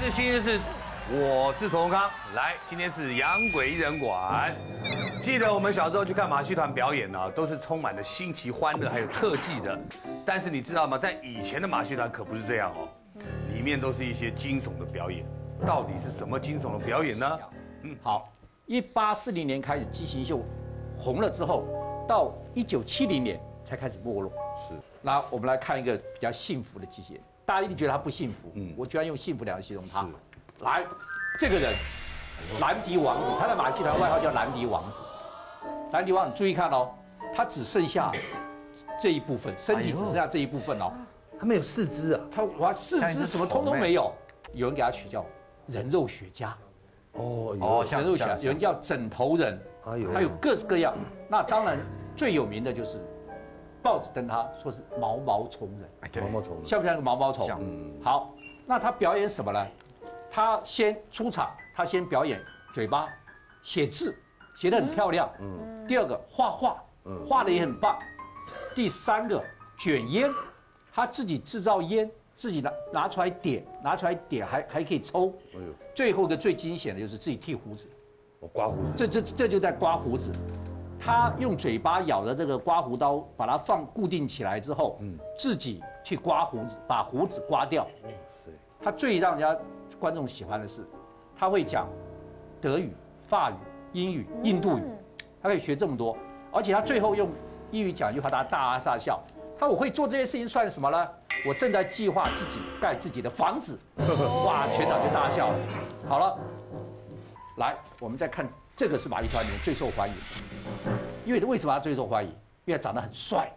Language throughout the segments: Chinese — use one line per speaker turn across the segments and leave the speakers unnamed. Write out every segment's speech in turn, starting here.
自新日是，我是童康。来，今天是洋鬼艺人馆。记得我们小时候去看马戏团表演呢、啊，都是充满了新奇、欢乐，还有特技的。但是你知道吗？在以前的马戏团可不是这样哦，里面都是一些惊悚的表演。到底是什么惊悚的表演呢？
嗯，好，一八四零年开始畸形秀红了之后，到一九七零年才开始没落。
是，
那我们来看一个比较幸福的畸形，大家一定觉得他不幸福，嗯，我居然用幸福两个形容他。来，这个人，兰迪王子，他的马戏团外号叫兰迪王子。兰迪王子，注意看哦，他只剩下这一部分，身体只剩下这一部分哦，
他没有四肢啊，
他哇四肢什么通通没有。有人给他取叫人肉雪茄。
哦
哦，人肉侠，有人叫枕头人，
哎呦
还有各式各样。那当然最有名的就是报纸登他说是毛毛虫
哎
人，
有毛毛虫，
像不像个毛毛虫？好，那他表演什么呢？他先出场，他先表演嘴巴写字，写得很漂亮。嗯。第二个画画，画的也很棒。第三个卷烟，他自己制造烟，自己拿拿出来点，拿出来点还还可以抽。
哎呦，
最后一个最惊险的就是自己剃胡子，
我刮胡子。
这这这就在刮胡子。他用嘴巴咬着这个刮胡刀，把它放固定起来之后，自己去刮胡子，把胡子刮掉。他最让人家观众喜欢的是，他会讲德语、法语、英语、印度语，他可以学这么多，而且他最后用英语讲一句话，大家大哈大笑。他我会做这些事情算什么呢？我正在计划自己盖自己的房子，哇，全场就大笑了。好了，来，我们再看这个是马戏团里面最受欢迎的，因为为什么他最受欢迎？因为他长得很帅，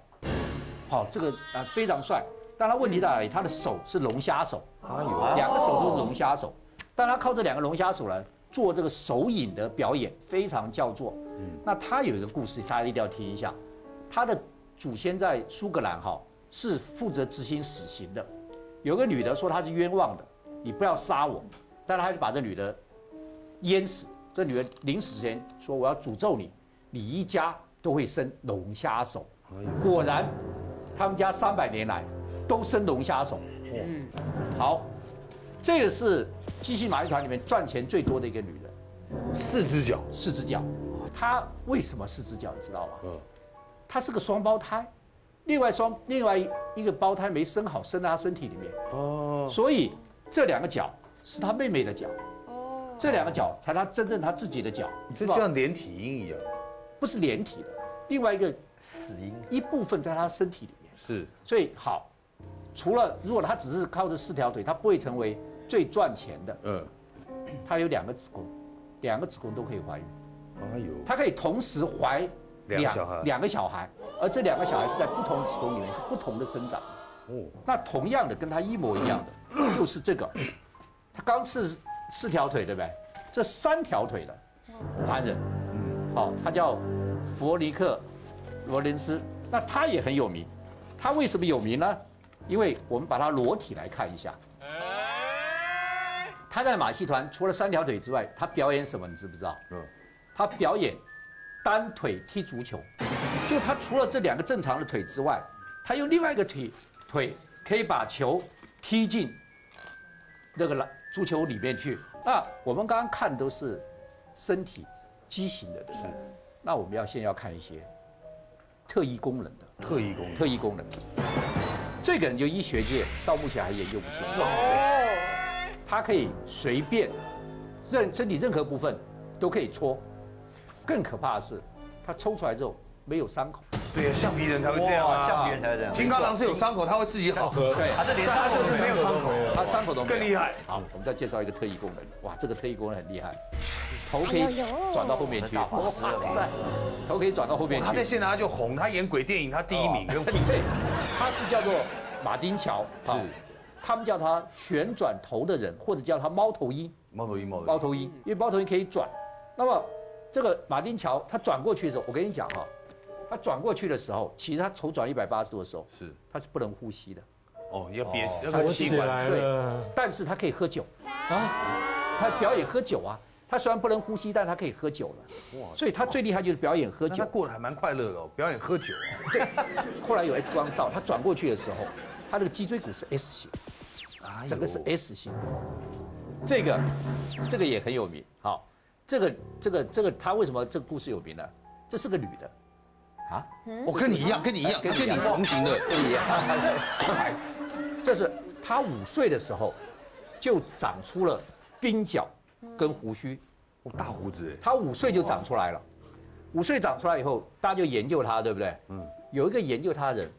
好、这个啊、呃非常帅。但他问题在哪里？他的手是龙虾手，
哎呦，
两个手都是龙虾手，但他靠这两个龙虾手来做这个手影的表演，非常叫做。
嗯
那他有一个故事，大家一定要听一下。他的祖先在苏格兰哈是负责执行死刑的，有个女的说她是冤枉的，你不要杀我，但他就把这女的淹死。这女的临死前说：“我要诅咒你，你一家都会生龙虾手。”
哎
果然，他们家三百年来都生龙虾手。嗯，好，这个是机器马戏团里面赚钱最多的一个女人，
四只脚，
四只脚。她为什么四只脚？你知道吗？
嗯，
她是个双胞胎，另外双另外一个胞胎没生好，生在她身体里面。
哦，
所以这两个脚是她妹妹的脚。这两个脚才她真正她自己的脚，你
这
知
就
道吗
像连体婴一样，
不是连体的，另外一个
死婴
一部分在她身体里面。
是
所以好，除了如果她只是靠这四条腿，她不会成为最赚钱的。
嗯，
她有两个子宫，两个子宫都可以怀孕。
哎呦，
她可以同时怀
两个小孩
两个小孩，而这两个小孩是在不同子宫里面是不同的生长。
哦，
那同样的，跟她一模一样的，就是这个，她刚是四条腿对不对？这三条腿的男人，好，他叫弗里克·罗伦斯，那他也很有名。他为什么有名呢？因为我们把他裸体来看一下。他在马戏团除了三条腿之外，他表演什么？你知不知道？
嗯
他表演单腿踢足球， 就他除了这两个正常的腿之外，他用另外一个腿腿可以把球踢进那个篮足球里面去。那我们刚刚看都是身体畸形的，对不对？那我们要先要看一些特异功能的，
特异功能，
特异功能。这个人就医学界到目前还研究不清，
哇塞，
他可以随便任身体任何部分都可以戳。更可怕的是，他抽出来之后没有伤口，
对呀，橡皮人才会这样啊。
哦像别人才会这样。
金刚狼是有伤口，它会自己好。对，
他这连
但
上
它就是没有伤口，
他伤口都没有
更厉害。
好，我们再介绍一个特异功能。哇，这个特异功能很厉害，头可以
哎呦呦
转到后面去。
大法师了，
头可以转到后面
他在
去。哦
现场他就红，他演鬼电影他第一名，跟
对，他是叫做马丁桥，好他们叫他旋转头的人，或者叫他猫头鹰。
猫头鹰，猫头
猫
鹰，
头
嗯
鹰，因为猫头鹰可以转。那么这个马丁桥他转过去的时候，我跟你讲哈、他转过去的时候，其实他头转一百八十度的时候，
是，
他是不能呼吸的，
哦要憋要
我
很
起
习惯。
来了，
但是他可以喝酒啊，他表演喝酒啊。他虽然不能呼吸，但他可以喝酒了。所以他最厉害就是表演喝
那他
酒。
过得还蛮快乐的哦，表演喝酒。
后来有 X 光照，他转
哎
哎
过去的时候，他这个脊椎骨是 S 型，整个是 S 型。这个，这个也很有名。好，这个这个这个，他为什么这个故事有名呢？这是个女的，啊，哎
我哦跟你一样，跟你一样，跟
跟你一样
你同行的，
对呀，这是她五岁的时候就长出了鬓角跟胡须，
我大胡子
她五岁就长出来了。五岁长出来以后，大家就研究她，对不对？嗯。有一个研究她的人，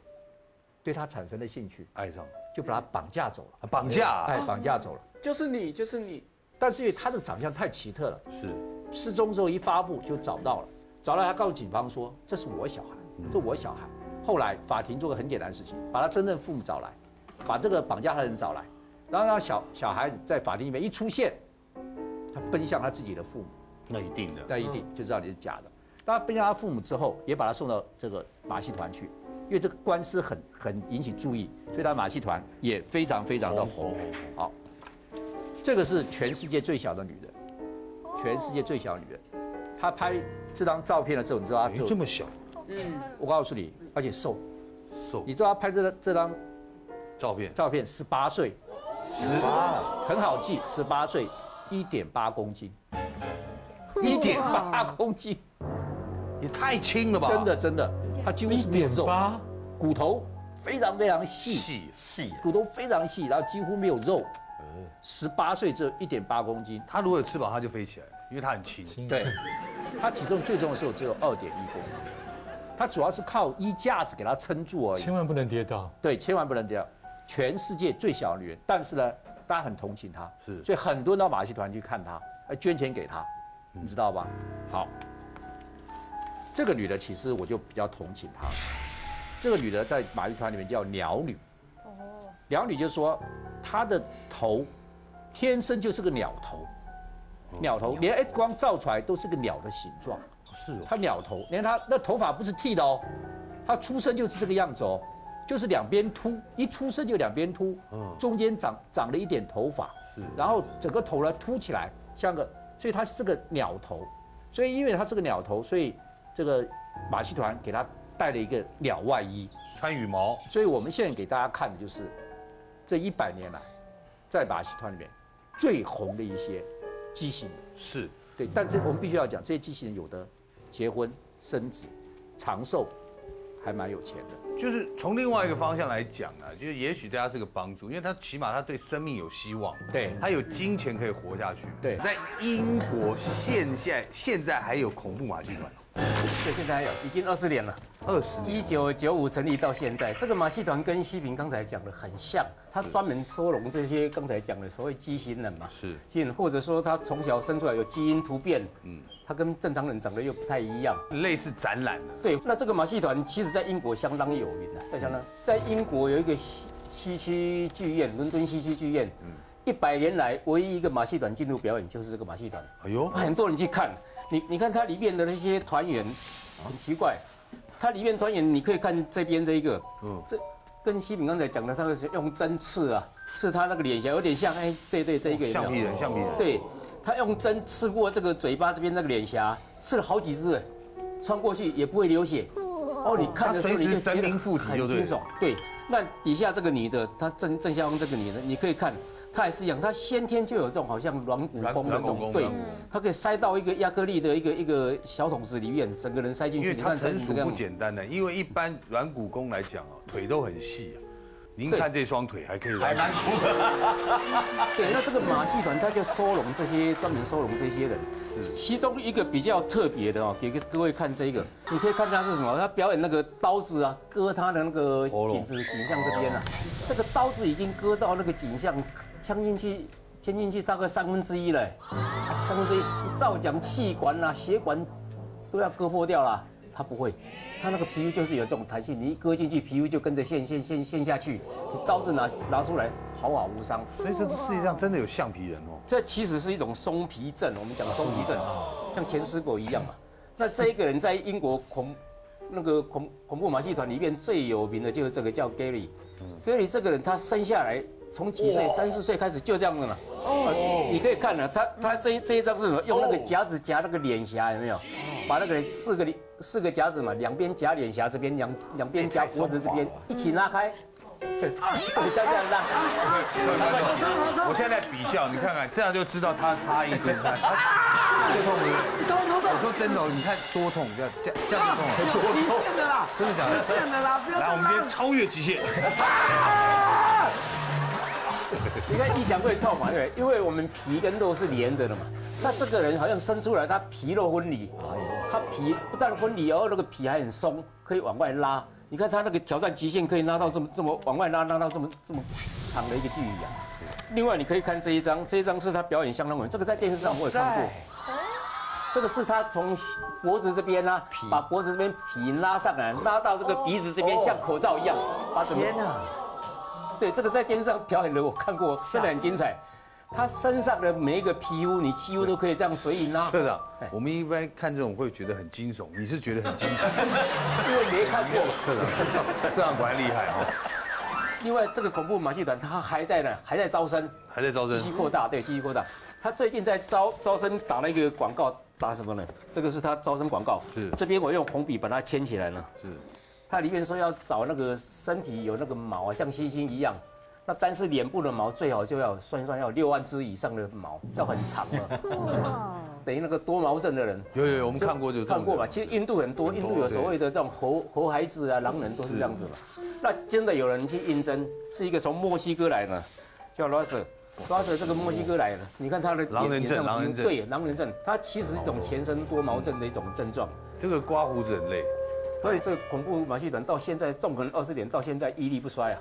对她产生了兴趣，
哎，爱上
就把她绑架走了。
了绑架啊
哎，绑架走了。
哦就是你，就是你，
但是因为她的长相太奇特了，
是
失踪之后一发布就找到了，找到他告诉警方说这是我小孩，
嗯
这我小孩。后来法庭做个很简单的事情，把他真正父母找来，把这个绑架他的人找来，然后让小小孩子在法庭里面一出现，他奔向他自己的父母，
那一定的，
那一定
嗯
就知道你是假的。当他奔向他父母之后，也把他送到这个马戏团去，因为这个官司很很引起注意，所以他马戏团也非常非常的红。好，这个是全世界最小的女人。全世界最小的女人。她拍这张照片的时候，你知道她
哎
就
这么小，
嗯
我告诉你，而且瘦。
瘦
你知道她拍这张这张
照片
照片，十八岁，
十八，
很好记，十八岁，一点八公斤，一
一点
点八公斤，
也太轻了吧？
真的真的，她几乎
一
是没有
点
肉，
八，
骨头非常非常细，
细细，啊
骨头非常细，然后几乎没有肉。十八岁只有一点八公斤，
他如果有翅膀，他就飞起来，因为他很轻。
对，她体重最重的时候只有二点一公斤，她主要是靠衣架子给她撑住而已。
千万不能跌倒。
对，千万不能这样。全世界最小的女人，但是呢，大家很同情她，
是
所以很多人到马戏团去看她，呃，捐钱给她，你知道吧？好，这个女的其实我就比较同情她。这个女的在马戏团里面叫鸟女，哦，鸟女就是说她的头天生就是个鸟头，鸟头连 X 光照出来都是个鸟的形状，
是哦，
她鸟头，连她那头发不是剃的哦，她出生就是这个样子哦，就是两边秃，一出生就两边秃，中间长长了一点头发，
是
然后整个头呢凸起来，像个，所以她是个鸟头，所以因为她是个鸟头，所以这个马戏团给她带了一个鸟外衣，
穿羽毛，
所以我们现在给大家看的就是这一百年来在马戏团里面最红的一些畸形人。
是
对，但这我们必须要讲，这些畸形人有的结婚、生子、长寿，还蛮有钱的。
就是从另外一个方向来讲啊，就是也许对他是个帮助，因为他起码他对生命有希望，
对
他有金钱可以活下去。
对
在英国现在现在还有恐怖马戏团，哦
对，现在还有，已经二十年了。
二十年
一九九五成立到现在，这个马戏团跟西平刚才讲的很像，他专门收容这些刚才讲的所谓畸形人嘛，
是
畸形人或者说他从小生出来有基因突变，嗯，他跟正常人长得又不太一样。
类似展览啊的，
对，那这个马戏团其实在英国相当有名的，啊在相当
嗯
在英国有一个西西区剧院，伦敦西区剧院，
嗯
一百年来唯一一个马戏团进入表演就是这个马戏团。
哎呦，
很多人去看。你你看它里面的那些团员，
啊
很奇怪，它里面团员你可以看这边这一个，
嗯
这跟西饼刚才讲的，他们是用针刺啊，刺他那个脸颊，有点像哎，对对，这一个有没
嗯橡皮
有
人，橡皮人，
对，他用针刺过这个嘴巴这边那个脸颊，刺了好几只，穿过去也不会流血。哦，你看的时候
他随
你
时
就觉
神
得
明附体
很
就对了
清爽。对，那底下这个女的，她正正下方这个女的，你可以看，她也是一样，她先天就有这种好像软骨
软
弓的
软
这
骨弓
种，对
软骨，
她可以塞到一个亚克力的一个一个小桶子里面，整个人塞进
因
去。
为
你
它
看
成熟
这样
不简单的，因为一般软骨功来讲哦，腿都很细啊。您看这双腿还可以软骨，
对，那这个马戏团它就收容这些专门收容这些人，其中一个比较特别的哦，给各位看这个，你可以看它是什么，它表演那个刀子啊，割它的那个
喉咙哦
颈子颈项这边啊，这个刀子已经割到那个颈项，将进去。牵进去大概三分之一了，三分之一，照讲气管啦、血管都要割破掉了，它不会，它那个皮肤就是有这种弹性，你一割进去，皮肤就跟着陷陷陷陷下去，你刀子拿拿出来，毫发无伤。
所以这世界上真的有橡皮人哦。
这其实是一种松皮症，我们讲松皮症，像前尸狗一样嘛。那这一个人在英国恐那个恐恐怖马戏团里面最有名的就是这个叫 Gary。Gary 这个人他生下来从几岁三四岁开始就这样子嘛。哦，你可以看了，他他这一这一张是什么？用那个夹子夹那个脸颊有没有？把那个人四个脸四个夹子嘛，两边夹脸颊这边，两两边夹脖子这边，一起拉开。我像这样拉，
各位观众，我现在比较，你看看，这样就知道它差异对不对？
最痛的。我说真的哦，你看多痛，这样这样这样就痛了，
有极限的啦，
真的假的
极限的啦，不要
来，我们今天超越极限。
你看一讲会痛嘛，对不对？因为我们皮跟肉是连着的嘛。那这个人好像生出来，他皮肉分离，他皮不但分离，然后那个皮还很松，可以往外拉。你看他那个挑战极限，可以拉到这么这么往外拉，拉到这么这么长的一个距离啊。另外，你可以看这一张，这一张是他表演相当稳，这个在电视上我也看过。这个是他从脖子这边呢、把脖子这边皮拉上来，拉到这个鼻子这边，像口罩一样，把整个
天哪！
对，这个在电视上表演的我看过，真的很精彩。他身上的每一个皮肤，你几乎都可以这样随意拉，
社长
哎，
我们一般看这种会觉得很惊悚，你是觉得很惊悚？
因为没看过。
社长，社长果然厉害哦，
另外，这个恐怖马戏团他还在呢，还在招生，
还在招
继续扩大，对，继续扩大。他最近在招招生打了一个广告，打什么呢？这个是他招生广告，
是
这边我用红笔把它圈起来了。
是
它里面说要找那个身体有那个毛啊，像星星一样。那但是脸部的毛最好就要算一算，要六万只以上的毛，这很长了，等于那个多毛症的人。
有有有，我们看过就
看过嘛，
吧？
其实印度很多，印度有所谓的这种猴猴孩子啊、狼人都是这样子嘛。那真的有人去应征，是一个从墨西哥来的，叫 Roser，Roser 这个墨西哥来的，你看他的
狼人
脸
症
上
狼人
皮
症
对狼人症，它其实是一种全身多毛症的一种症状。
这个刮胡子很累。
所以这个恐怖马戏团到现在，纵横二十年到现在屹立不衰啊。